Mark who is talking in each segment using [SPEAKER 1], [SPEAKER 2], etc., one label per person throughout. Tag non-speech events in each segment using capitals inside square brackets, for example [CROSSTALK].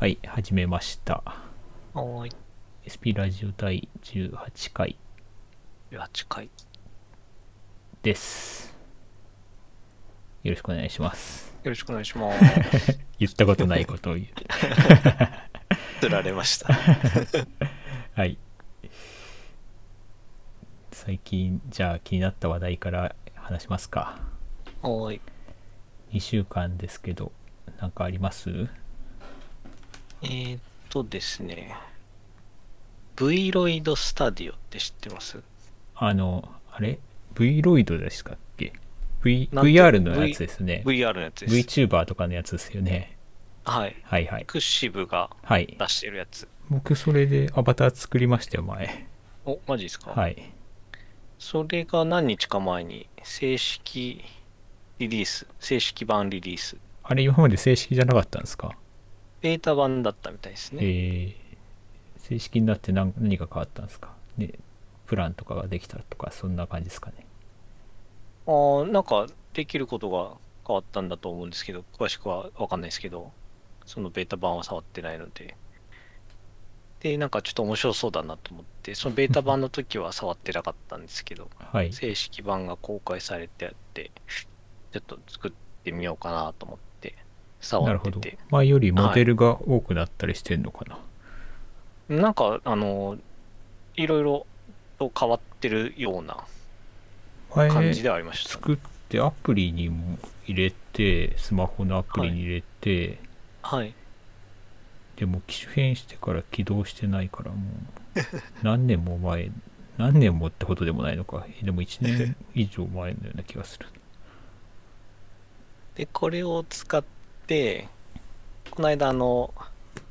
[SPEAKER 1] はい、始めました。
[SPEAKER 2] おーい、
[SPEAKER 1] SP ラジオ第18回
[SPEAKER 2] 18回。
[SPEAKER 1] です。よろしくお願いします。
[SPEAKER 2] よろしくお願いします。 [LAUGHS]
[SPEAKER 1] 言ったことないことを言う。
[SPEAKER 2] 釣られました。
[SPEAKER 1] [LAUGHS] はい。最近、じゃあ気になった話題から話しますか。
[SPEAKER 2] おーい。
[SPEAKER 1] 2週間ですけど、なんかあります
[SPEAKER 2] えー、っとですね。Vloid Studio って知ってます
[SPEAKER 1] あの、あれ ?Vloid でしたっけ v
[SPEAKER 2] なんて
[SPEAKER 1] ?VR のやつですね。
[SPEAKER 2] ?VR のやつです。
[SPEAKER 1] VTuber とかのやつですよね。
[SPEAKER 2] はい。
[SPEAKER 1] はいはい。
[SPEAKER 2] クッシブが
[SPEAKER 1] はい。
[SPEAKER 2] 出してるやつ。
[SPEAKER 1] 僕それでアバター作りましたよ、前。
[SPEAKER 2] お、マジですかい。
[SPEAKER 1] はい。
[SPEAKER 2] それが何日か前に正式リリース、正式版リリース。
[SPEAKER 1] あれ今まで正式じゃなかったんですか、
[SPEAKER 2] ベータ版だったみたいです
[SPEAKER 1] え
[SPEAKER 2] ね。
[SPEAKER 1] ー正式になって何何が変わったんですかね、プランとかができたとか、そんな感じですかね。
[SPEAKER 2] あーなんかできることが変わったんだと思うんですけど、詳しくはわかんないですけど、そのベータ版は触ってないので。で、なんかちょっと面白そうだなと思って、そのベータ版の時は触ってなかったんです
[SPEAKER 1] [LAUGHS]
[SPEAKER 2] けど、
[SPEAKER 1] はい。
[SPEAKER 2] 正式版が公開されてあって、ちょっと作ってみようかなと思っ
[SPEAKER 1] な
[SPEAKER 2] て、触
[SPEAKER 1] る
[SPEAKER 2] っ
[SPEAKER 1] ほ
[SPEAKER 2] て
[SPEAKER 1] ど
[SPEAKER 2] て。。
[SPEAKER 1] 前よりモデルが多くなったりしてんのかな、
[SPEAKER 2] ななんか、あの、いろいろと変わってるような感
[SPEAKER 1] 前
[SPEAKER 2] じではありました、
[SPEAKER 1] 作ってアプリにも入れて、スマホのアプリに入れて、
[SPEAKER 2] はい。
[SPEAKER 1] でも機種変してから起動してないからもう何年も前、何年もってことでもないのか。でも1年以上前のような気がす [LAUGHS] る。
[SPEAKER 2] で、これを使って、この間、あの、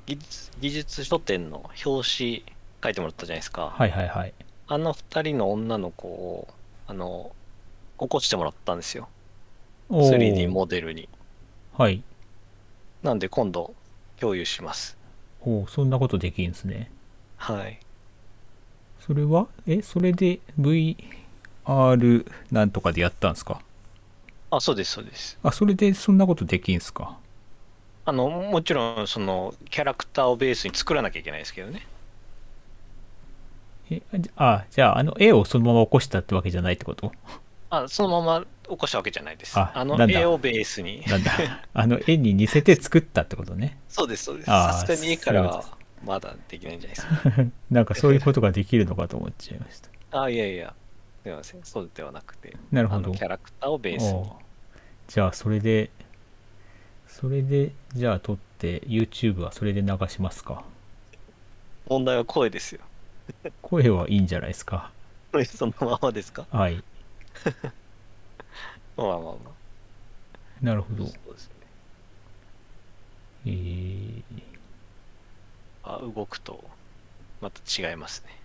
[SPEAKER 2] 技術技術書店の表紙書いてもらったじゃないですか。
[SPEAKER 1] はいはいはい。
[SPEAKER 2] あの二人の女の子を、あの、起こしてもらったんですよ。
[SPEAKER 1] おー
[SPEAKER 2] 3D モデルに。
[SPEAKER 1] はい。
[SPEAKER 2] なんで、今度、共有します。
[SPEAKER 1] おおそんなことできんすね
[SPEAKER 2] はい。
[SPEAKER 1] それはえそれで VR なんとかでやったんすか
[SPEAKER 2] あ、そうです、そうです。
[SPEAKER 1] あそれでそんなことできんすか
[SPEAKER 2] あの、もちろん、その、キャラクターをベースに作らなきゃいけないですけどね。
[SPEAKER 1] えあじあじゃああの絵をそのまま起こしたってわけじゃないってこと
[SPEAKER 2] あ、そのまま起こしたわけじゃないです。
[SPEAKER 1] あ
[SPEAKER 2] あ
[SPEAKER 1] な
[SPEAKER 2] の、
[SPEAKER 1] んだ
[SPEAKER 2] 絵をベースに。
[SPEAKER 1] なん [LAUGHS] だあの絵に似せて作ったってことね
[SPEAKER 2] そうです、そうです。
[SPEAKER 1] あー
[SPEAKER 2] さすがに絵から
[SPEAKER 1] そういう
[SPEAKER 2] は、まだできないんじゃないですか。
[SPEAKER 1] なんかそういうことができるのかと思っちゃいました
[SPEAKER 2] あ、いやいや、すみません、そうではなくて、
[SPEAKER 1] なる
[SPEAKER 2] あ
[SPEAKER 1] ほど
[SPEAKER 2] のキャラクターをベース
[SPEAKER 1] お
[SPEAKER 2] に
[SPEAKER 1] う。じゃあそれでそれでじゃあ撮って YouTube はそれで流しますか
[SPEAKER 2] 問題は声ですよ。
[SPEAKER 1] 声はいいんじゃないですか
[SPEAKER 2] そのままですか
[SPEAKER 1] はい
[SPEAKER 2] まあまあまあ。
[SPEAKER 1] なるほど
[SPEAKER 2] そうですね。
[SPEAKER 1] えー、
[SPEAKER 2] あ、動くと、また違いますね。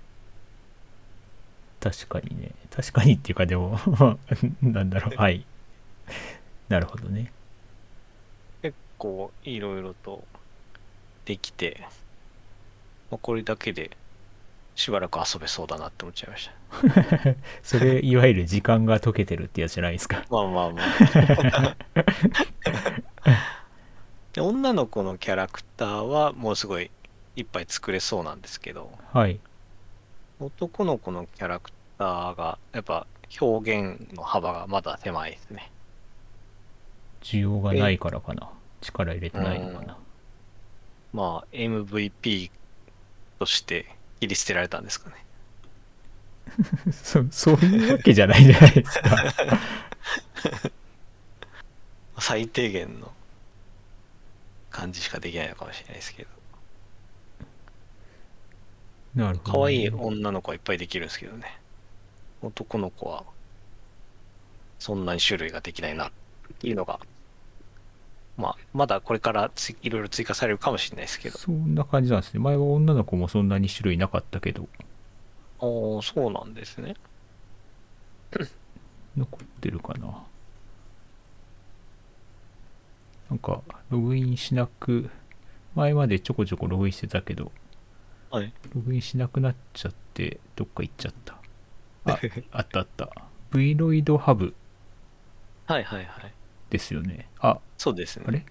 [SPEAKER 1] 確かにね確かにっていうかでも [LAUGHS] まあなんだろ
[SPEAKER 2] [LAUGHS]
[SPEAKER 1] うはいなるほどね
[SPEAKER 2] 結構、いろいろとできて、まあ、これだけで、しばらく遊べそうだなって思っちゃいました。
[SPEAKER 1] そ
[SPEAKER 2] [LAUGHS]
[SPEAKER 1] れいわゆる時間が解けてるってやつじゃないですか
[SPEAKER 2] まあまあまあ。 [LAUGHS] で女の子のキャラクターは、もうすごい、いっぱい作れそうなんですけど、
[SPEAKER 1] はい
[SPEAKER 2] 男の子のキャラクターが、やっぱ表現の幅がまだ狭いですね。
[SPEAKER 1] 需要がないからかな力入れてないのかな
[SPEAKER 2] まあ、MVP として切り捨てられたんですかね。
[SPEAKER 1] [LAUGHS] そそういうわけじゃないじゃないですか
[SPEAKER 2] [LAUGHS] 最低限の感じしかできないのかもしれないですけど。
[SPEAKER 1] なるほど
[SPEAKER 2] 可愛い女の子はいっぱいできるんですけどね。男の子は、そんなに種類ができないな、っていうのが、まあ、まだこれからついろいろ追加されるかもしれないですけど。
[SPEAKER 1] そんな感じなんですね前は女の子もそんなに種類なかったけど
[SPEAKER 2] おーそうなんですね。
[SPEAKER 1] 残ってるかななんかログインしなく前までちょこちょこログインしてたけど
[SPEAKER 2] はい。
[SPEAKER 1] ログインしなくなっちゃってどっか行っちゃったああったあった Vloid ハブ
[SPEAKER 2] はいはいはい。
[SPEAKER 1] ですよねあ
[SPEAKER 2] そうですね。
[SPEAKER 1] あれ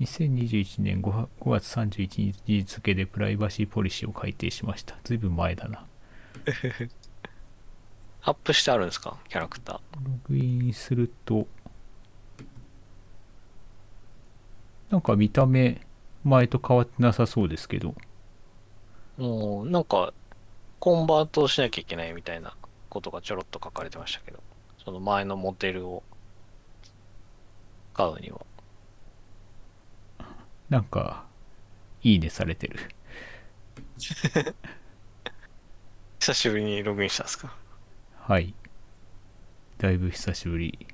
[SPEAKER 1] 2021年 5, 5月31日付でプライバシーポリシーを改定しました。ずいぶん前だな。
[SPEAKER 2] アップしてあるんですかキャラクター。
[SPEAKER 1] ログインすると、なんか見た目、前と変わってなさそうですけど、
[SPEAKER 2] もうなんか、コンバートしなきゃいけないみたいなことがちょろっと書かれてましたけど、その前のモデルを買うには。
[SPEAKER 1] なんか、いいねされてる。
[SPEAKER 2] 久しぶりにログインしたんですか
[SPEAKER 1] はい。だいぶ久しぶり。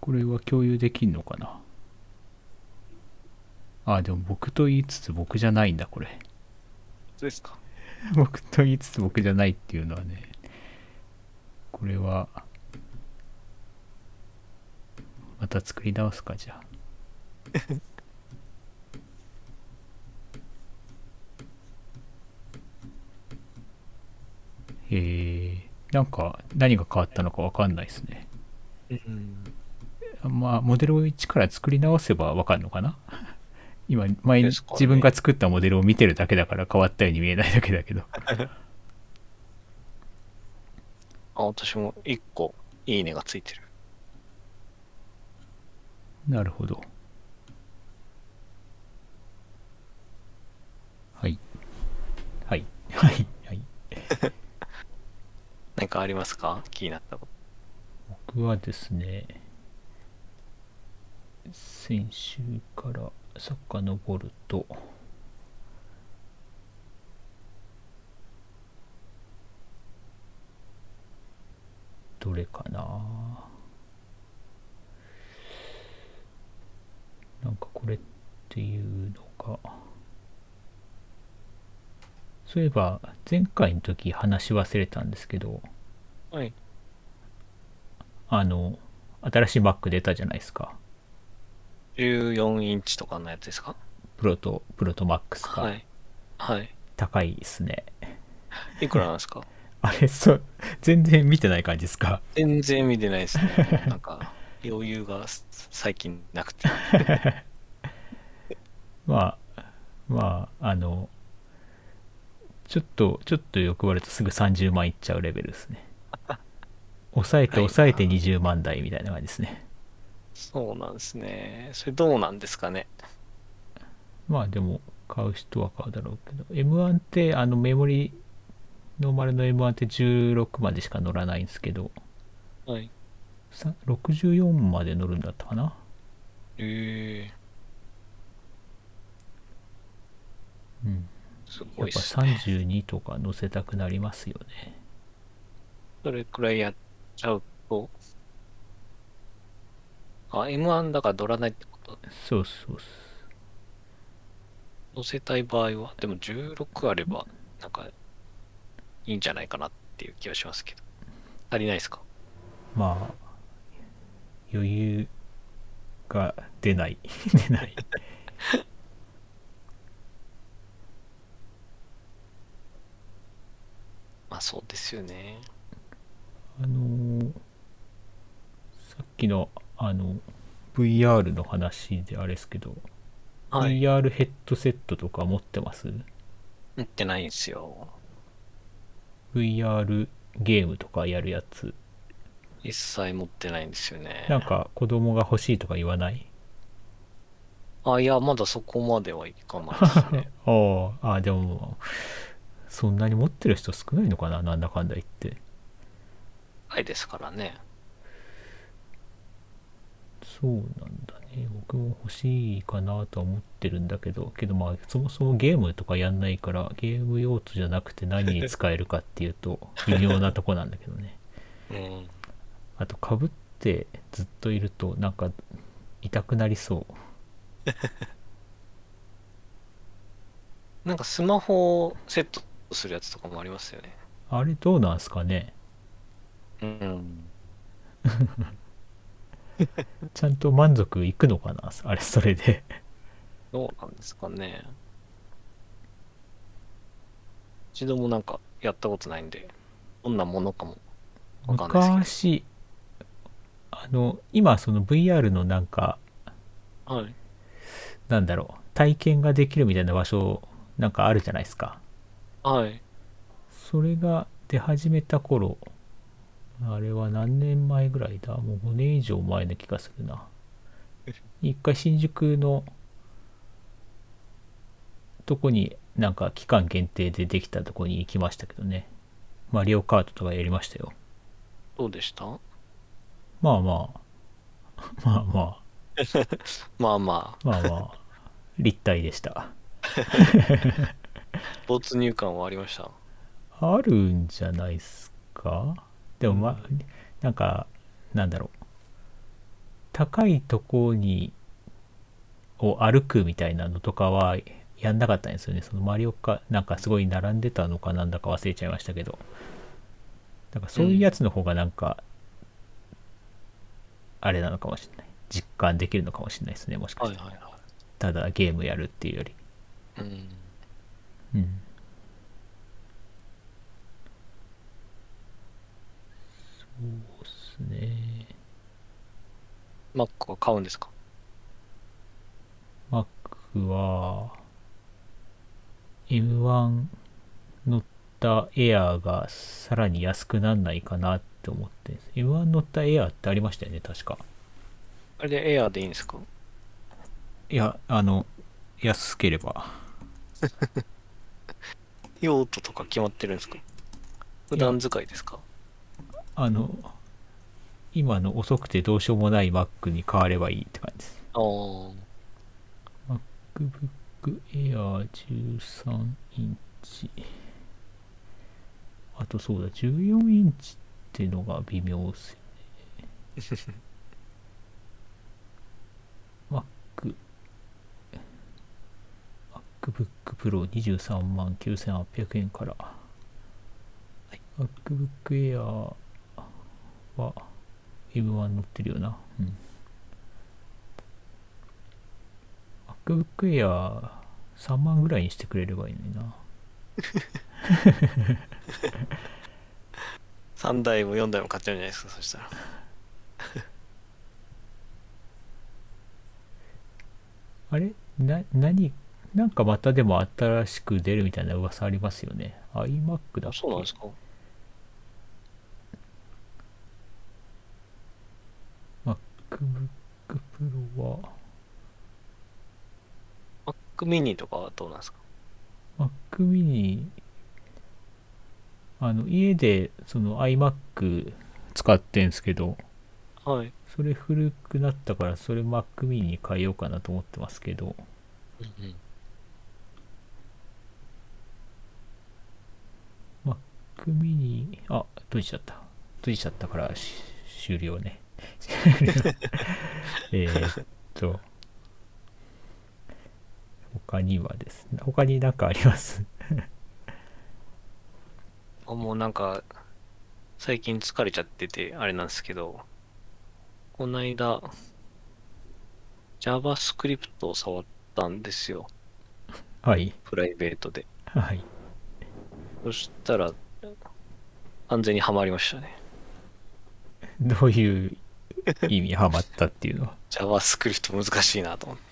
[SPEAKER 1] これは共有できんのかなあ、でも僕と言いつつ僕じゃないんだ、これ。
[SPEAKER 2] そうですか
[SPEAKER 1] 僕と言いつつ僕じゃないっていうのはねこれはまた作り直すかじゃあ [LAUGHS] へえなんか何が変わったのかわかんないですね
[SPEAKER 2] うん。
[SPEAKER 1] まあモデルを一から作り直せばわかるのかな [LAUGHS] 今前に
[SPEAKER 2] ですかね
[SPEAKER 1] 自分が作ったモデルを見てるだけだから変わったように見えないだけだけど
[SPEAKER 2] あ、私も一個、いいねがついてる。
[SPEAKER 1] なるほど。はい。はい。はい。はい。
[SPEAKER 2] 何かありますか気になったこ
[SPEAKER 1] 僕はですね、先週から遡ると、どれかななんかこれっていうのが、そういえば前回の時話し忘れたんですけど、
[SPEAKER 2] と。はい。
[SPEAKER 1] あの、新しい Mac 出たじゃないですか。
[SPEAKER 2] 14インチとかのやつですか
[SPEAKER 1] プロと、プロと Max
[SPEAKER 2] は
[SPEAKER 1] が
[SPEAKER 2] い。はい。
[SPEAKER 1] 高いですね。
[SPEAKER 2] いくらなんです [LAUGHS] か
[SPEAKER 1] あれ、そう、全然見てない感じですか。
[SPEAKER 2] 全然見てないですね。なんか、余裕がす最近なくて。
[SPEAKER 1] まあ、まあ、あの、ちょっと、ちょっと欲張るとすぐ30万いっちゃうレベルです
[SPEAKER 2] [LAUGHS]
[SPEAKER 1] ね。抑えて
[SPEAKER 2] はい
[SPEAKER 1] 抑えて20万台みたいな感じですね。
[SPEAKER 2] そうなんですね。それどうなんですかね。
[SPEAKER 1] まあでも、買う人は買うだろうけど、M1 って、あの、メモリ、ノーマルの M1 って16までしか乗らないんですけど、
[SPEAKER 2] はい。
[SPEAKER 1] さ64まで乗るんだったかな。
[SPEAKER 2] え
[SPEAKER 1] うん。
[SPEAKER 2] ー、す
[SPEAKER 1] や
[SPEAKER 2] ご
[SPEAKER 1] っ
[SPEAKER 2] いっ
[SPEAKER 1] ぱ
[SPEAKER 2] すね。
[SPEAKER 1] 32とか乗せたくなりますよね。
[SPEAKER 2] それくらいやっちゃうと。あ、M1 だから乗らないってこと
[SPEAKER 1] そうそうそう。
[SPEAKER 2] 乗せたい場合は、でも16あれば、なんか、いいんじゃないかなっていう気はしますけど。足りないですか
[SPEAKER 1] まあ余裕が出ない出ない
[SPEAKER 2] まあそうですよね。
[SPEAKER 1] [LAUGHS] あのーさっきのあの VR の話であれですけど、
[SPEAKER 2] はい。
[SPEAKER 1] VR ヘッドセットとか持ってます
[SPEAKER 2] 持ってないんですよ。
[SPEAKER 1] ?VR ゲームとかやるやつ
[SPEAKER 2] 一切持ってないんですよね。
[SPEAKER 1] なんか子供が欲しいとか言わない
[SPEAKER 2] あ、いや、まだそこまではいかないです [LAUGHS] ね。
[SPEAKER 1] あーあーでもそんなに持ってる人少ないのかななんだかんだ言って
[SPEAKER 2] はいですからね。
[SPEAKER 1] そうなんだね僕も欲しいかなとは思ってるんだけどけどまあそもそもゲームとかやんないからゲーム用途じゃなくて何に使えるかっていうと微妙なとこなんだけどね
[SPEAKER 2] うん。
[SPEAKER 1] あとかぶってずっといるとなんか痛くなりそう
[SPEAKER 2] なんかスマホをセットするやつとかもありますよね。
[SPEAKER 1] あれどうなんすかね
[SPEAKER 2] うん。
[SPEAKER 1] ちゃんと満足いくのかなあれそれで
[SPEAKER 2] どうなんですかね。一度もなんかやったことないんで、どんなものかもわかんないですけ
[SPEAKER 1] 昔
[SPEAKER 2] ど
[SPEAKER 1] あの、今その VR のなんか、
[SPEAKER 2] はい。
[SPEAKER 1] なんだろう、体験ができるみたいな場所、なんかあるじゃないですか。
[SPEAKER 2] はい。
[SPEAKER 1] それが出始めた頃、あれは何年前ぐらいだもう5年以上前な気がするな。一回新宿のとこになんか期間限定でできたとこに行きましたけどね。マリオカートとかやりましたよ。
[SPEAKER 2] どうでした
[SPEAKER 1] まあまあ、まあま
[SPEAKER 2] まあま
[SPEAKER 1] あ、まあまあ、立体でした。
[SPEAKER 2] あ、没入感はありました。
[SPEAKER 1] あるんじゃないですかでもまあなんかなんだろう高いとこにを歩くみたいなのとかはやんなかったんですよねそのマリオかなんかすごい並んでたのかなんだか忘れちゃいましたけどだからそういうやつの方がなんか、あれなのかもしれない実感できるのかもしれないですねもしか
[SPEAKER 2] は
[SPEAKER 1] し
[SPEAKER 2] い
[SPEAKER 1] て、
[SPEAKER 2] はいは
[SPEAKER 1] ただゲームやるっていうより
[SPEAKER 2] い。うん。
[SPEAKER 1] うんそうっすね。
[SPEAKER 2] マックは買うんですか
[SPEAKER 1] Mac は、M1 乗った Air がさらに安くなんないかなって思ってんです。M1 乗った Air ってありましたよね、確か。
[SPEAKER 2] あれでエアーでいいんですか
[SPEAKER 1] いや、あの、安ければ。
[SPEAKER 2] 用途とか決まってるんですか普段使いですか
[SPEAKER 1] あの、今の遅くてどうしようもない Mac に変わればいいって感じです。
[SPEAKER 2] ああ。
[SPEAKER 1] MacBook Air 13インチ。あとそうだ、14インチってのが微妙っすよね。Mac、MacBook Pro 23万9800円から。
[SPEAKER 2] い
[SPEAKER 1] MacBook Air は M1 乗ってるよな。うん。MacBook Air 3万ぐらいにしてくれればいいのにな。
[SPEAKER 2] 3台も4台も買っちゃうんじゃないですかそしたら。
[SPEAKER 1] あれな、何なんかまたでも新しく出るみたいな噂ありますよね。iMac だっけ
[SPEAKER 2] そうなんですか
[SPEAKER 1] ?MacBook Pro は、
[SPEAKER 2] ?Mac mini とかはどうなんですか
[SPEAKER 1] Mac mini、あの、家でその iMac 使ってんすけど、
[SPEAKER 2] はい。
[SPEAKER 1] それ古くなったから、それ Mac mini に変えようかなと思ってますけど、Mac mini、あ、閉じちゃった。閉じちゃったからし終了 [LAUGHS] ね。終了えーっと、他にはですね、他に何かあります [LAUGHS]
[SPEAKER 2] あもうなんか、最近疲れちゃってて、あれなんですけど、この間、JavaScript を触ったんですよ。
[SPEAKER 1] はい、
[SPEAKER 2] プライベートで。
[SPEAKER 1] はい。
[SPEAKER 2] そしたら、完全にはまりましたね。
[SPEAKER 1] どういう意味ハマったっていうのは。
[SPEAKER 2] JavaScript 難しいなと思って。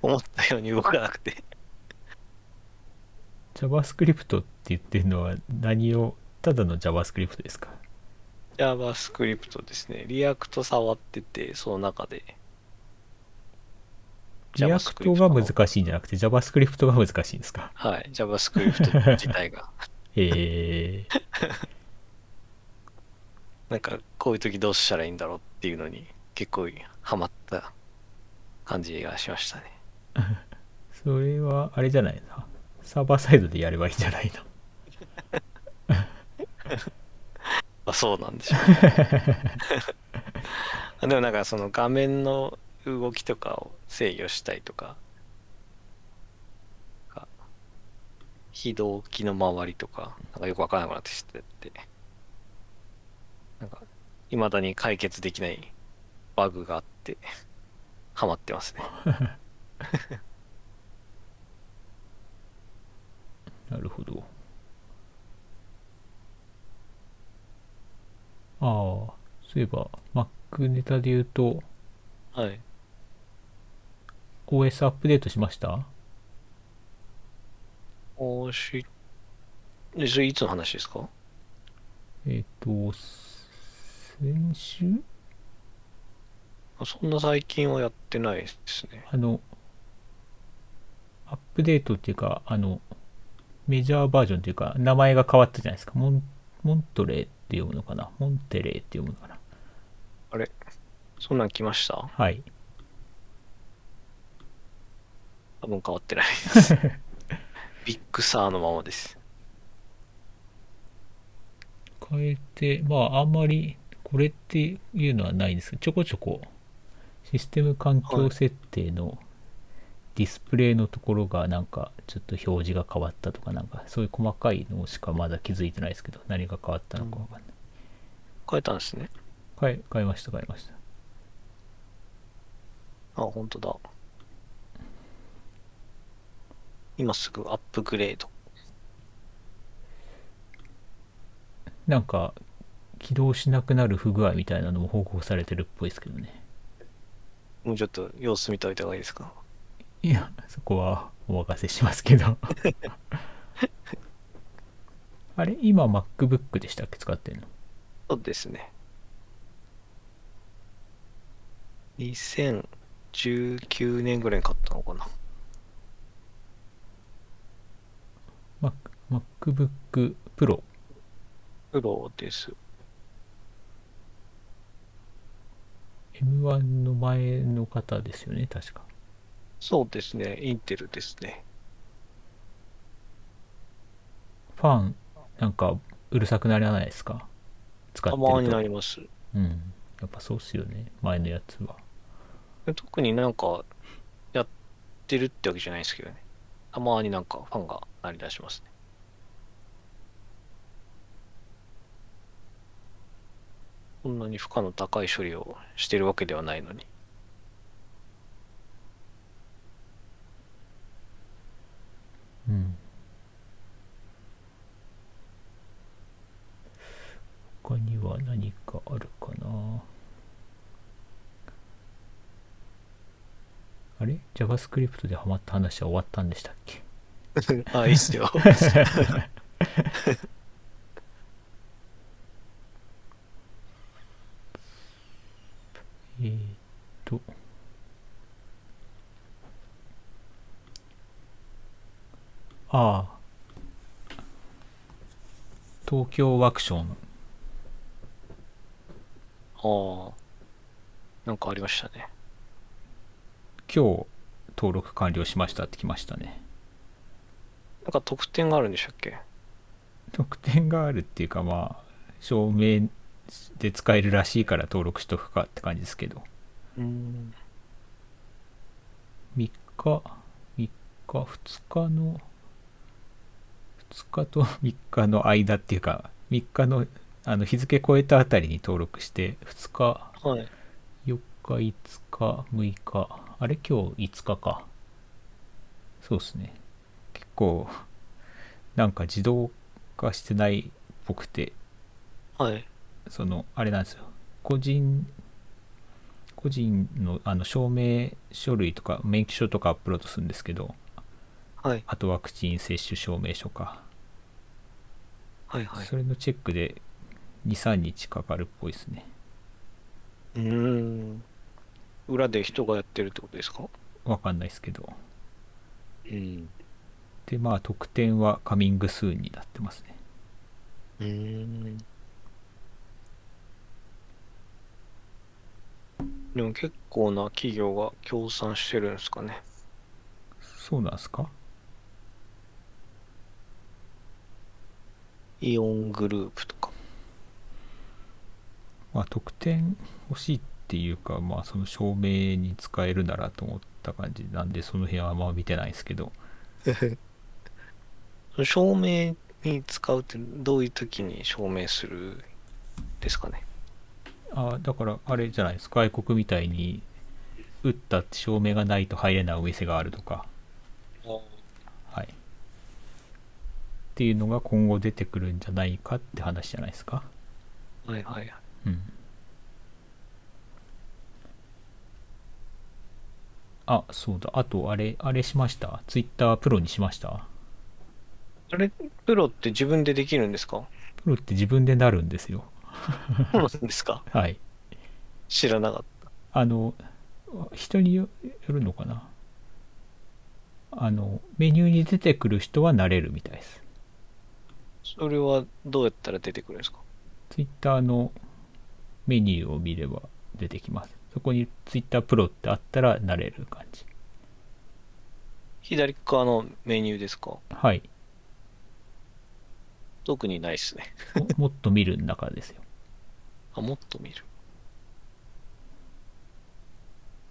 [SPEAKER 2] [LAUGHS] 思ったように動かなくて。
[SPEAKER 1] JavaScript って言ってるのは何を、ただの JavaScript ですか
[SPEAKER 2] JavaScript ですね。React 触ってて、その中で。
[SPEAKER 1] リアクトが難しいんじゃなくて JavaScript が難しいんです [LAUGHS] か
[SPEAKER 2] はい、JavaScript 自体が。
[SPEAKER 1] えー、
[SPEAKER 2] なんか、こういう時どうしたらいいんだろうっていうのに、結構ハマった感じがしましたね。
[SPEAKER 1] それはあれじゃないな。サーバーサイドでやればいいんじゃないの
[SPEAKER 2] あ、そうなんでしょうね。でもなんか、その画面の動きとかを制御したいとか、なんか非同期の周りとか、なんかよくわからなくなってきてて、なんか、未だに解決できないバグがあって、ハマってますね。
[SPEAKER 1] なるほど。ああ、そういえば Mac ネタで言うと
[SPEAKER 2] はい。
[SPEAKER 1] OS アップデートしました
[SPEAKER 2] おーし、えそれいつの話ですか
[SPEAKER 1] えっ、と先週
[SPEAKER 2] あそんな最近はやってないですね。
[SPEAKER 1] あのアップデートっていうかあのメジャーバージョンというか名前が変わったじゃないですかモンモントレーって読むのかなモンテレーって読むのかな
[SPEAKER 2] そんなん来ました
[SPEAKER 1] はい
[SPEAKER 2] 多分変わってない [LAUGHS] です。ビッグサーのままです。
[SPEAKER 1] 変えてまああんまりこれっていうのはないんですけどちょこちょこシステム環境設定のディスプレイのところがなんかちょっと表示が変わったとかなんかそういう細かいのしかまだ気づいてないですけど何が変わったのかわかんない
[SPEAKER 2] 変えたんですね。
[SPEAKER 1] 変え変えました変えました
[SPEAKER 2] あ、本当だ。今すぐアップグレード。
[SPEAKER 1] なんか起動しなくなる不具合みたいなのも報告されてるっぽいですけどね
[SPEAKER 2] もうちょっと様子見ておいた方がいいですか
[SPEAKER 1] いやそこはお任せしますけ [LAUGHS] どあれ今 MacBook でしたっけ使ってるの
[SPEAKER 2] そうですね。2019年ぐらいに買ったのかな。
[SPEAKER 1] Mac MacBook Pro
[SPEAKER 2] プロです。
[SPEAKER 1] M1 の前の方ですよね確か
[SPEAKER 2] そうですね。インテルですね。
[SPEAKER 1] ファンなんかうるさくならないですか使ったて
[SPEAKER 2] まに
[SPEAKER 1] る
[SPEAKER 2] な
[SPEAKER 1] と
[SPEAKER 2] ります。
[SPEAKER 1] うんやっぱそうっすよね前のやつは
[SPEAKER 2] 特になんか、やってるってわけじゃないですけどね。たまになんかファンが鳴り出しますね。そんなに負荷の高い処理をしてるわけではないのに。
[SPEAKER 1] うん他には何かあるかなあれ ?JavaScript でハマった話は終わったんでしたっけ
[SPEAKER 2] [LAUGHS] あ、いいっすよ。
[SPEAKER 1] えーっと。ああ。東京ワクション。
[SPEAKER 2] ああ。なんかありましたね。
[SPEAKER 1] 今日登録完了しましたってきましたね。
[SPEAKER 2] なんか特典があるんでしたっけ
[SPEAKER 1] 特典があるっていうかまあ、証明で使えるらしいから登録しとくかって感じですけど。
[SPEAKER 2] うん。
[SPEAKER 1] 3日、3日、2日の、2日と [LAUGHS] 3日の間っていうか、3日の、あの、日付超えたあたりに登録して、2日、
[SPEAKER 2] はい。
[SPEAKER 1] 4日、5日、6日、あれ今日5日か。そうですね。結構、なんか自動化してないっぽくて、
[SPEAKER 2] はい。
[SPEAKER 1] そのあれなんですよ個人個人のあの証明書類とか免許証とかアップロードするんですけど
[SPEAKER 2] はい。
[SPEAKER 1] あとワクチン接種証明書か、
[SPEAKER 2] はい。はい。
[SPEAKER 1] それのチェックで23日かかるっぽいですね
[SPEAKER 2] うーん。裏で人がやってるってことですか
[SPEAKER 1] わかんないですけど
[SPEAKER 2] うん。
[SPEAKER 1] でまあ特典はカミングスーンになってますね
[SPEAKER 2] うーん。でも結構な企業が協賛してるんですかね。
[SPEAKER 1] そうなんすか
[SPEAKER 2] イオングループとか。
[SPEAKER 1] まあ特典欲しいっていうかまあその証明に使えるならと思った感じなんでその辺はあんま見てないですけど
[SPEAKER 2] 証明に使うってどういう時に証明するですかね。
[SPEAKER 1] あだからあれじゃないですか外国みたいに打ったって証明がないと入れないお店があるとか、はい、っていうのが今後出てくるんじゃないかって話じゃないですか、
[SPEAKER 2] はいはいはい。
[SPEAKER 1] うん、あ、そうだ。あと、あれ、あれしました。ツイッタープロにしました。
[SPEAKER 2] あれ、プロって自分でできるんですか
[SPEAKER 1] プロって自分でなるんですよ。
[SPEAKER 2] そうなんですか
[SPEAKER 1] はい。
[SPEAKER 2] 知らなかった。
[SPEAKER 1] あの、人によよるのかな。あの、メニューに出てくる人はなれるみたいです。
[SPEAKER 2] それはどうやったら出てくるんですか
[SPEAKER 1] ツイッターのメニューを見れば出てきます。そこにツイッタープロってあったらなれる感じ。
[SPEAKER 2] 左側のメニューですか
[SPEAKER 1] はい。 [LAUGHS]
[SPEAKER 2] 特にないですね。
[SPEAKER 1] ももっと見る中ですよ。
[SPEAKER 2] あ、もっと見る。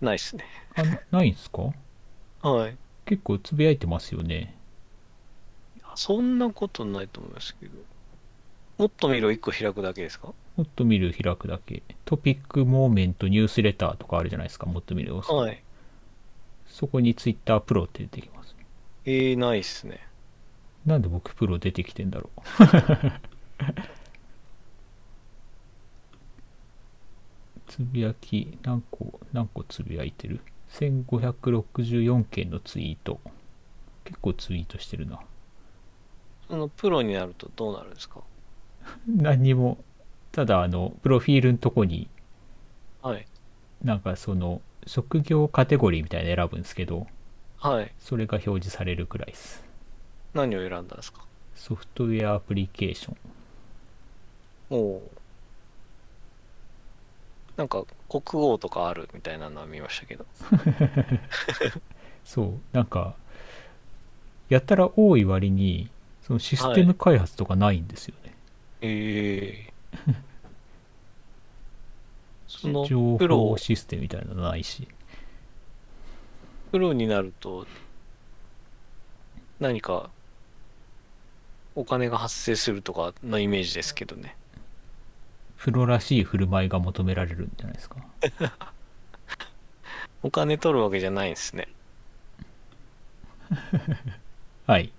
[SPEAKER 2] ないですね。
[SPEAKER 1] あ、なないんすか
[SPEAKER 2] はい。
[SPEAKER 1] 結構つぶやいてますよね。
[SPEAKER 2] そんなことないと思いますけど。もっと見るを1個開くだけですか
[SPEAKER 1] もっと見る開くだけ。トピック、モーメント、ニュースレターとかあるじゃないですか。もっと見るを押すと
[SPEAKER 2] はい。
[SPEAKER 1] そこにツイッタープロって出てきます。
[SPEAKER 2] えー、ないですね。
[SPEAKER 1] なんで僕プロ出てきてんだろ [LAUGHS] う。つぶやき、何個、何個つぶやいてる ?1564 件のツイート。結構ツイートしてるな。
[SPEAKER 2] そのプロになるとどうなるんですか
[SPEAKER 1] 何にも、ただあの、プロフィールのとこに、
[SPEAKER 2] はい。
[SPEAKER 1] なんかその、職業カテゴリーみたいなの選ぶんですけど、
[SPEAKER 2] はい。
[SPEAKER 1] それが表示されるくらいです。
[SPEAKER 2] 何を選んだんですか
[SPEAKER 1] ソフトウェアアプリケーション。
[SPEAKER 2] おお。なんか、国王とかあるみたいなのは見ましたけど。
[SPEAKER 1] そう、なんか、やったら多い割に、そのシステム開発とかないんですよね。
[SPEAKER 2] ええ [LAUGHS] その
[SPEAKER 1] 情報
[SPEAKER 2] プロ、
[SPEAKER 1] システムみたいなのないし。
[SPEAKER 2] プロになると、何か、お金が発生するとかのイメージですけどね。
[SPEAKER 1] プロらしい振る舞いが求められるんじゃないですか。
[SPEAKER 2] お金取るわけじゃないんですね。
[SPEAKER 1] はい。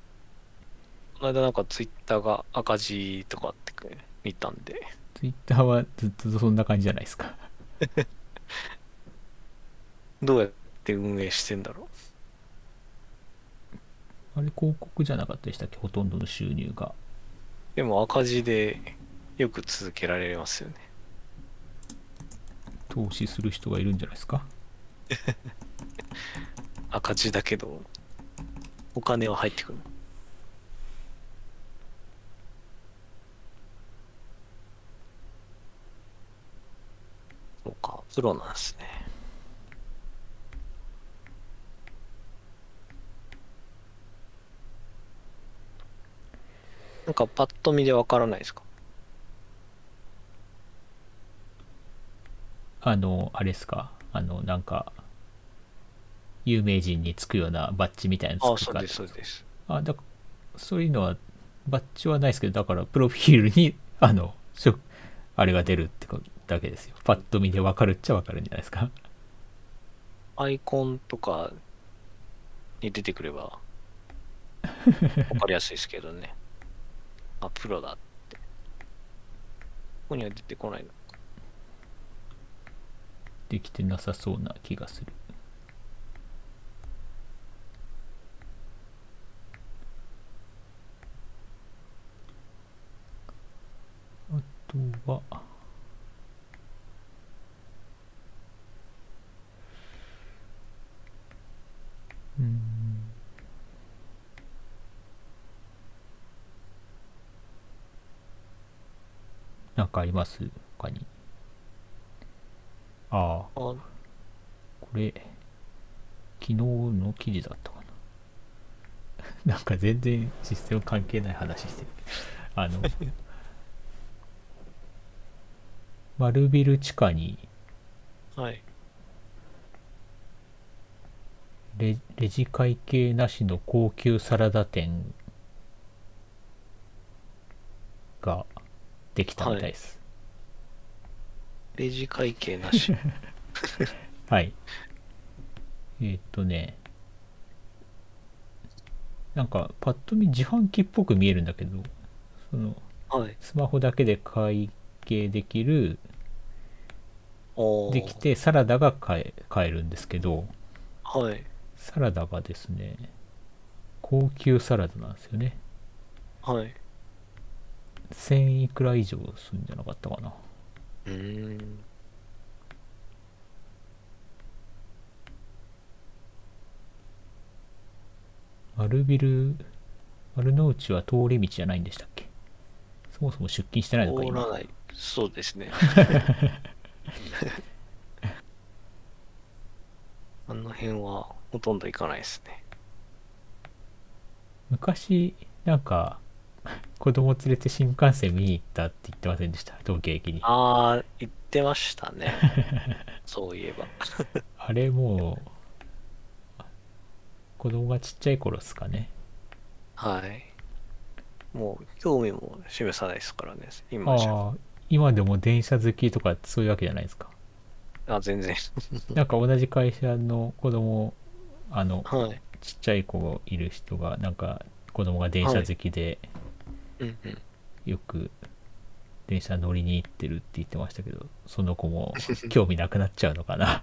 [SPEAKER 2] この間なんかツイッターが赤字とかって見たんで、
[SPEAKER 1] ツイッターはずっとそんな感じじゃないですか。
[SPEAKER 2] どうやって運営してんだろ
[SPEAKER 1] あれ、広告じゃなかったでしたっけほとんどの収入が。
[SPEAKER 2] う。でも赤字でよく続けられますよね。
[SPEAKER 1] 投資する人がいるんじゃないですか。
[SPEAKER 2] 赤字だけど、お金は入ってくる。そうか、プロなんですね。なんかパッと見でわからないですか
[SPEAKER 1] あの、あれですか。あの、なんか、有名人につくようなバッジみたいな
[SPEAKER 2] あ
[SPEAKER 1] の
[SPEAKER 2] あ、
[SPEAKER 1] つ
[SPEAKER 2] そ
[SPEAKER 1] く
[SPEAKER 2] う
[SPEAKER 1] か
[SPEAKER 2] です、そうです。
[SPEAKER 1] あだからそういうのはバッジはないですけどだからプロフィールにあのしょあれが出るってことだけですよパッと見で分かるっちゃ分かるんじゃないですか
[SPEAKER 2] アイコンとかに出てくればわかりやすいですけどね。あ、プロだって。ここには出てこないの。
[SPEAKER 1] できてなさそうな気がするあとはうんなんかあります他にああ
[SPEAKER 2] あ
[SPEAKER 1] これ、昨日の記事だったかな。 [LAUGHS] なんか全然システム関係ない話してる。あの、 [LAUGHS] 丸ビル地下に
[SPEAKER 2] はい。
[SPEAKER 1] レレジ会計なしの高級サラダ店ができたみたいです。
[SPEAKER 2] レジ会計な [LAUGHS] し。
[SPEAKER 1] はい。えーっとね、なんかパッと見自販機っぽく見えるんだけど、その
[SPEAKER 2] はい。
[SPEAKER 1] スマホだけで会計できる、
[SPEAKER 2] おー
[SPEAKER 1] できてサラダが買え買えるんですけど、
[SPEAKER 2] はい。
[SPEAKER 1] サラダがですね高級サラダなんですよね
[SPEAKER 2] はい。
[SPEAKER 1] 1000いくら以上するんじゃなかったかな
[SPEAKER 2] うーん。
[SPEAKER 1] 丸ビル丸の内は通り道じゃないんでしたっけそもそも出勤してないのか
[SPEAKER 2] 通ら
[SPEAKER 1] 今
[SPEAKER 2] ない。そうです [LAUGHS] ね。あの辺はほとんど行かないですね。
[SPEAKER 1] 昔なんか子供連れて新幹線見に行ったって言ってませんでした東京駅にあ
[SPEAKER 2] ああ、行ってました [LAUGHS] ね。そういえば。
[SPEAKER 1] れもう子供がちっちゃい頃ですかね
[SPEAKER 2] はい。もう興味も示さないですからね。
[SPEAKER 1] あ
[SPEAKER 2] 今じゃ。
[SPEAKER 1] あ今でも電車好きとかそういうわけじゃないですか
[SPEAKER 2] あ、全然。
[SPEAKER 1] なんか同じ会社の子供あの
[SPEAKER 2] はい。
[SPEAKER 1] ちっちゃい子いる人がなんか子供が電車好きで
[SPEAKER 2] うんうん。
[SPEAKER 1] よく電車乗りに行ってるって言ってましたけどその子も興味なくなっちゃうのかな
[SPEAKER 2] あ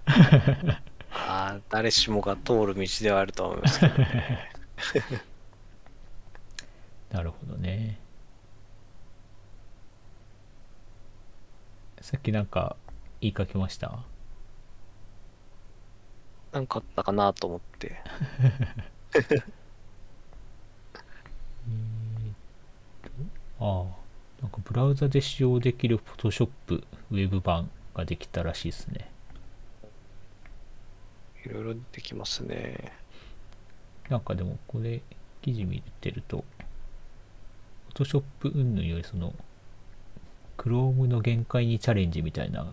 [SPEAKER 2] あ、誰しもが通る道ではあると思い [LAUGHS] ますけど。
[SPEAKER 1] なるほどねさっきなんか言いかけました
[SPEAKER 2] なんかあったかなと思って。
[SPEAKER 1] えーっとああなんかブラウザで使用できる Photoshop ウェブ版ができたらしいですね
[SPEAKER 2] いろいろ出てきますね。
[SPEAKER 1] なんかでもこれ記事見てると Photoshop 云々よりその Chrome の限界にチャレンジみたいな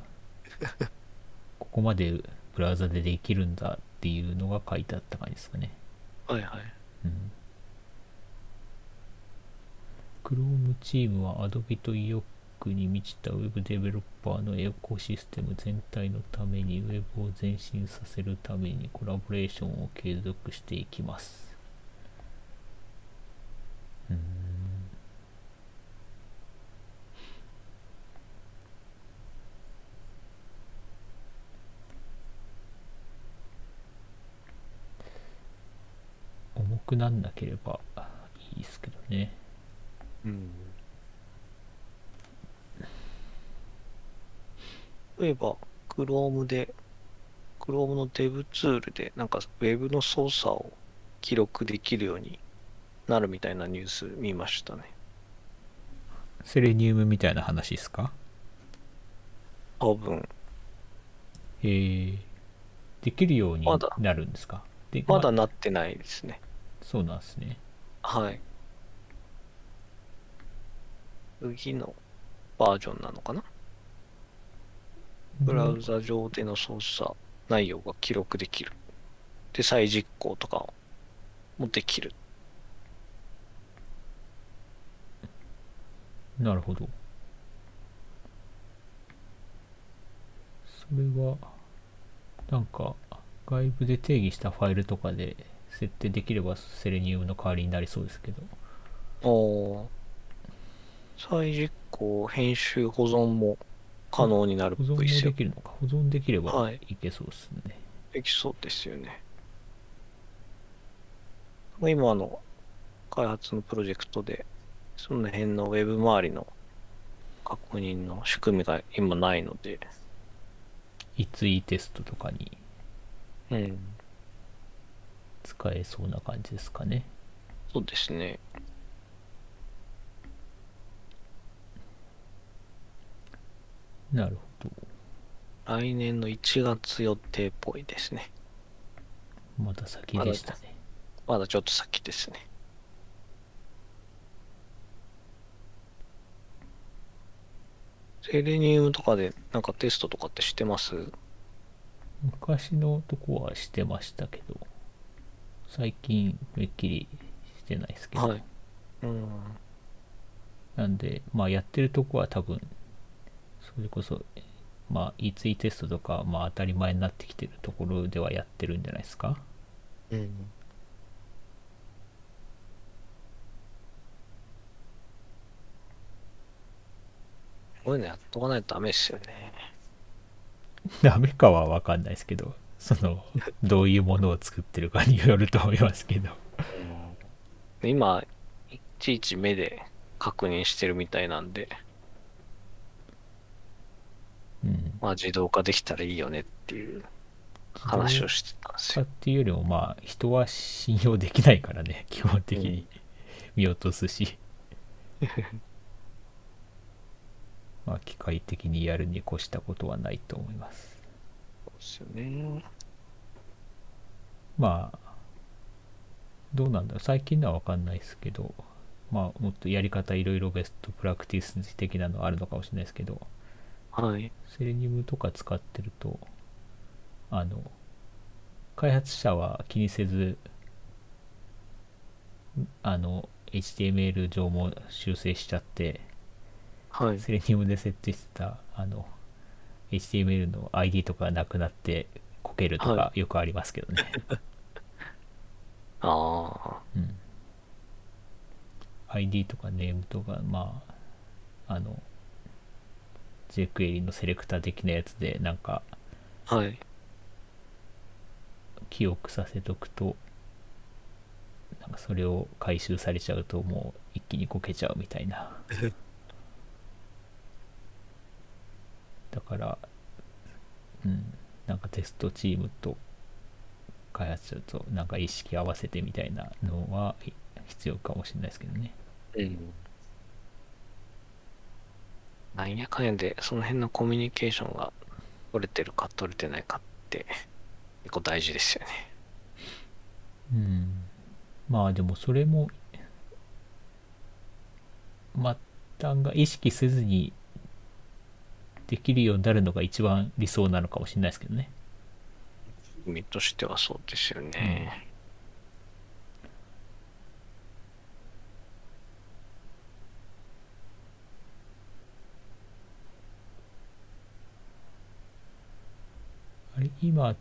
[SPEAKER 1] ここまでブラウザでできるんだっていうのが書いてあった感じですかね
[SPEAKER 2] はいはい。
[SPEAKER 1] うん。Chrome チームは Adobe と EOC に満ちた Web デベロッパーのエコシステム全体のために Web を前進させるためにコラボレーションを継続していきます。うーん重くなんなければいいですけどね。
[SPEAKER 2] うん。例えば、Chrome で、Chrome のデブツールで、なんか Web の操作を記録できるようになるみたいなニュース見ましたね。
[SPEAKER 1] セレニウムみたいな話ですか
[SPEAKER 2] 多分、
[SPEAKER 1] えー、できるように
[SPEAKER 2] まだ
[SPEAKER 1] なるんですかで
[SPEAKER 2] まだなってないですね。
[SPEAKER 1] そうなんですね。
[SPEAKER 2] はい。次のバージョンなのかなブラウザ上での操作内容が記録できる。で、再実行とかもできる。
[SPEAKER 1] なるほど。それは、なんか、外部で定義したファイルとかで設定できればセレニウムの代わりになりそうですけど。
[SPEAKER 2] おー再実行、編集、保存も可能になる
[SPEAKER 1] 保存
[SPEAKER 2] っ
[SPEAKER 1] も
[SPEAKER 2] ぽいです
[SPEAKER 1] で
[SPEAKER 2] よ。
[SPEAKER 1] きるのか。保存できれば
[SPEAKER 2] はい
[SPEAKER 1] いけそうですね。
[SPEAKER 2] できそうですよね。今の開発のプロジェクトで、その辺のウェブ周りの確認の仕組みが今ないので、
[SPEAKER 1] いついテストとかに
[SPEAKER 2] うん、
[SPEAKER 1] 使えそうな感じですかね。
[SPEAKER 2] そうですね。
[SPEAKER 1] なるほど。
[SPEAKER 2] 来年の1月予定っぽいですね。
[SPEAKER 1] まだ先でしたね。
[SPEAKER 2] まだちょっと先ですね。セレニウムとかでなんかテストとかってしてます
[SPEAKER 1] 昔のとこはしてましたけど、最近めっきりしてないですけど。
[SPEAKER 2] い。うん。
[SPEAKER 1] なんで、まあ、やってるとこは多分、それこそ、まあ、E2 テストとか、まあ、当たり前になってきてるところではやってるんじゃないです [LAUGHS] か。
[SPEAKER 2] うん。こういうのやっとかないとダメですよね。
[SPEAKER 1] ダメかはわかんないですけど、そ [LAUGHS] のどういうものを作ってるかによると思いますけど
[SPEAKER 2] 今、いちいち目で確認してるみたいなんで、
[SPEAKER 1] うん
[SPEAKER 2] まあ自動化できたらいいよねっていう話をしてたんです
[SPEAKER 1] か
[SPEAKER 2] よ。
[SPEAKER 1] っていうよりもまあ人は信用できないからね
[SPEAKER 2] [LAUGHS]
[SPEAKER 1] 基本的
[SPEAKER 2] う
[SPEAKER 1] に見落とす
[SPEAKER 2] [LAUGHS]
[SPEAKER 1] しまあ機械的にやるに越したことはないと思います
[SPEAKER 2] そうですよね。
[SPEAKER 1] まあどうなんだろう最近のは分かんないですけどまあもっとやり方いろいろベストプラクティス的なのあるのかもしれないですけど
[SPEAKER 2] はい。
[SPEAKER 1] セレニウムとか使ってるとあの開発者は気にせずあの HTML 上も修正しちゃって
[SPEAKER 2] はい。
[SPEAKER 1] セレニウムで設定してたあの HTML の ID とかなくなってこけるとか
[SPEAKER 2] は
[SPEAKER 1] よくありますけどね、
[SPEAKER 2] あ
[SPEAKER 1] うん ID とかネームとかまああの JQuery のセレクター的なやつでなんか
[SPEAKER 2] あ。はい。
[SPEAKER 1] 記憶させとくとなんかそれを回収されちゃうともう一気にこけちゃうみたい [LAUGHS] なだからうんなんかテストチームと開発者となんか意識合わせてみたいなのは必要かもしれないですけどね
[SPEAKER 2] うん。なんやかんやで、その辺のコミュニケーションが取れてるか取れてないかって、結構大事ですよね。 [LAUGHS]
[SPEAKER 1] うんまあでもそれも末端が意識せずにできるようになるのが一番理想なのかもしれないですけどね。
[SPEAKER 2] 身としてはそうですよね。
[SPEAKER 1] あれ今っ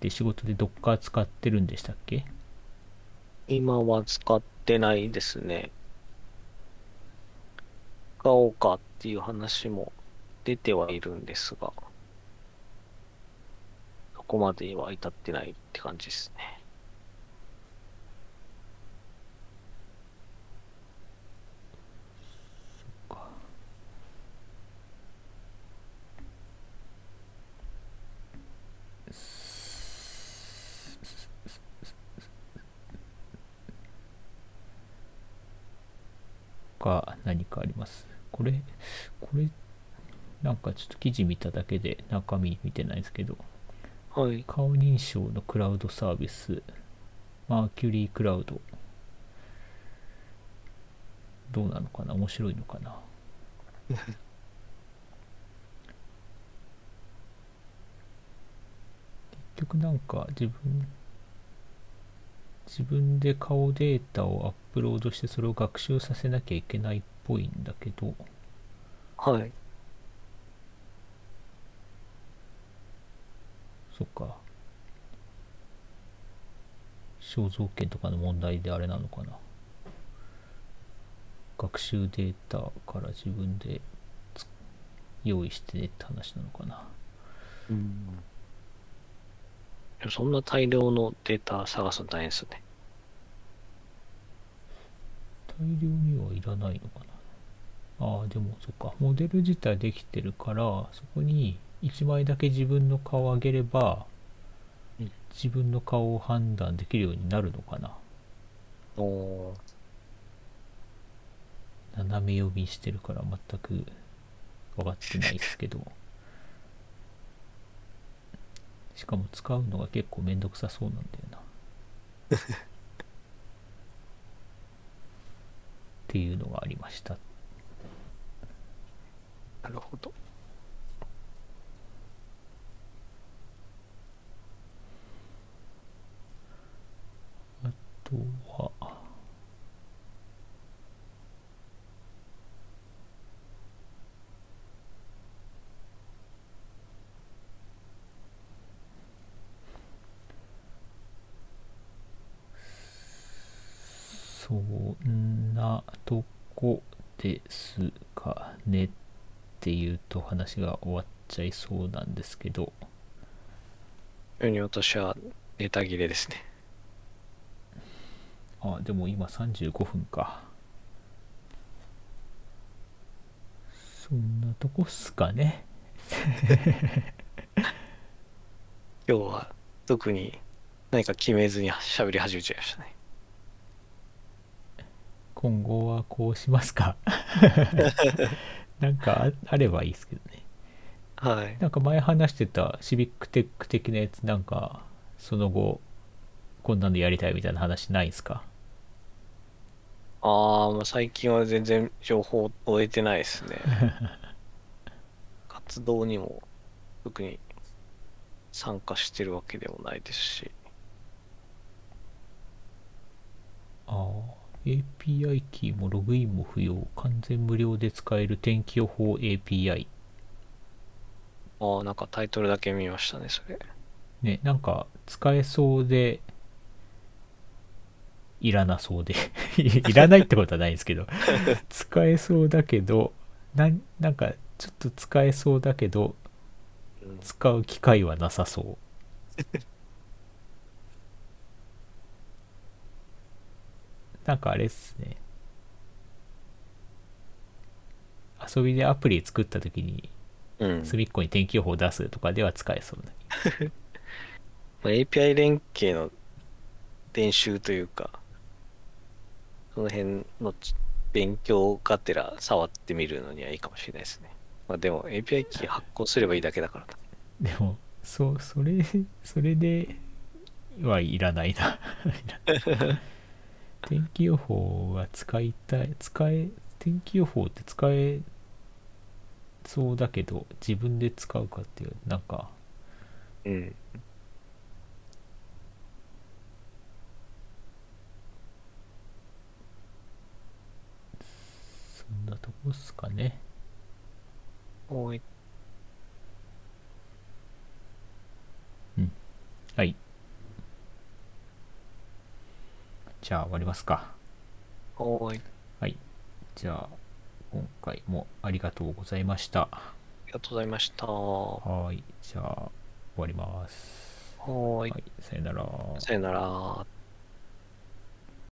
[SPEAKER 1] て仕事で Docker 使ってるんでしたっけ
[SPEAKER 2] 今は使ってないですね。使おうかっていう話も出てはいるんですが、そこまでは至ってないって感じですね。
[SPEAKER 1] 他何かありますこれ、これ、なんかちょっと記事見ただけで中身見てないんですけど、
[SPEAKER 2] はい。
[SPEAKER 1] 顔認証のクラウドサービス、マーキュリークラウド。どうなのかな面白いのかな結局なんか自分、自分で顔データをアップロードしてそれを学習させなきゃいけないっぽいんだけど、
[SPEAKER 2] はい。
[SPEAKER 1] そっか。肖像権とかの問題であれなのかな。学習データから自分でつ用意してねって話なのかな。
[SPEAKER 2] うん。そんな大量のデータ探すの大変ですよね。
[SPEAKER 1] 大量にはいらないのかな。ああ、でもそっか。モデル自体できてるから、そこに1枚だけ自分の顔を上げれば
[SPEAKER 2] うん、
[SPEAKER 1] 自分の顔を判断できるようになるのかな。
[SPEAKER 2] おー
[SPEAKER 1] 斜め読みしてるから全く分かってないですけどしかも使うのが結構めんどくさそうなんだよなっていうのがありました
[SPEAKER 2] なるほど。
[SPEAKER 1] あとはそんなとこですかねっていうと話が終わっちゃいそうなんですけど
[SPEAKER 2] ユニ落としはネタ切れですね。
[SPEAKER 1] あでも今35分かそんなとこっすかね
[SPEAKER 2] 今日は特に何か決めずに喋り始めちゃいましたね。
[SPEAKER 1] 今後はこうしますかなんかああればいいですけどね
[SPEAKER 2] はい。
[SPEAKER 1] なんか前話してたシビックテック的なやつなんかその後こんなのやりたいみたいな話ないんすか
[SPEAKER 2] ああ、まあ、最近は全然情報を終えてないです [LAUGHS] ね。活動にも特に参加してるわけでもないですし。
[SPEAKER 1] ああ API キーもログインも不要完全無料で使える天気予報 API
[SPEAKER 2] ああ、なんかタイトルだけ見ましたね、それ。
[SPEAKER 1] ねなんか使えそうでいらなそうでいらないってことはないんですけど使えそうだけどなんなんかちょっと使えそうだけど
[SPEAKER 2] うん
[SPEAKER 1] 使う機会はなさそうなんかあれっすね遊びでアプリ作った時に
[SPEAKER 2] うん。
[SPEAKER 1] 隅っこに天気予報出すとかでは使えそうな
[SPEAKER 2] まあ API 連携の練習というか、その辺のち勉強がてら触ってみるのにはいいかもしれないですね。まあ、でも API キー発行すればいいだけだからな。
[SPEAKER 1] でもそうそれそれではいらない [LAUGHS] ないらない天気予報は使いたい使え天気予報って使えそうだけど自分で使うかっていうなんか
[SPEAKER 2] うん。
[SPEAKER 1] そんなとこっすかね
[SPEAKER 2] おい
[SPEAKER 1] はいじゃあ終わりますか
[SPEAKER 2] おい。
[SPEAKER 1] じゃあ今回もありがとうございました
[SPEAKER 2] ありがとうございました。は
[SPEAKER 1] はーいじゃあ終わります
[SPEAKER 2] ーい。
[SPEAKER 1] はいさよなら
[SPEAKER 2] さよなら。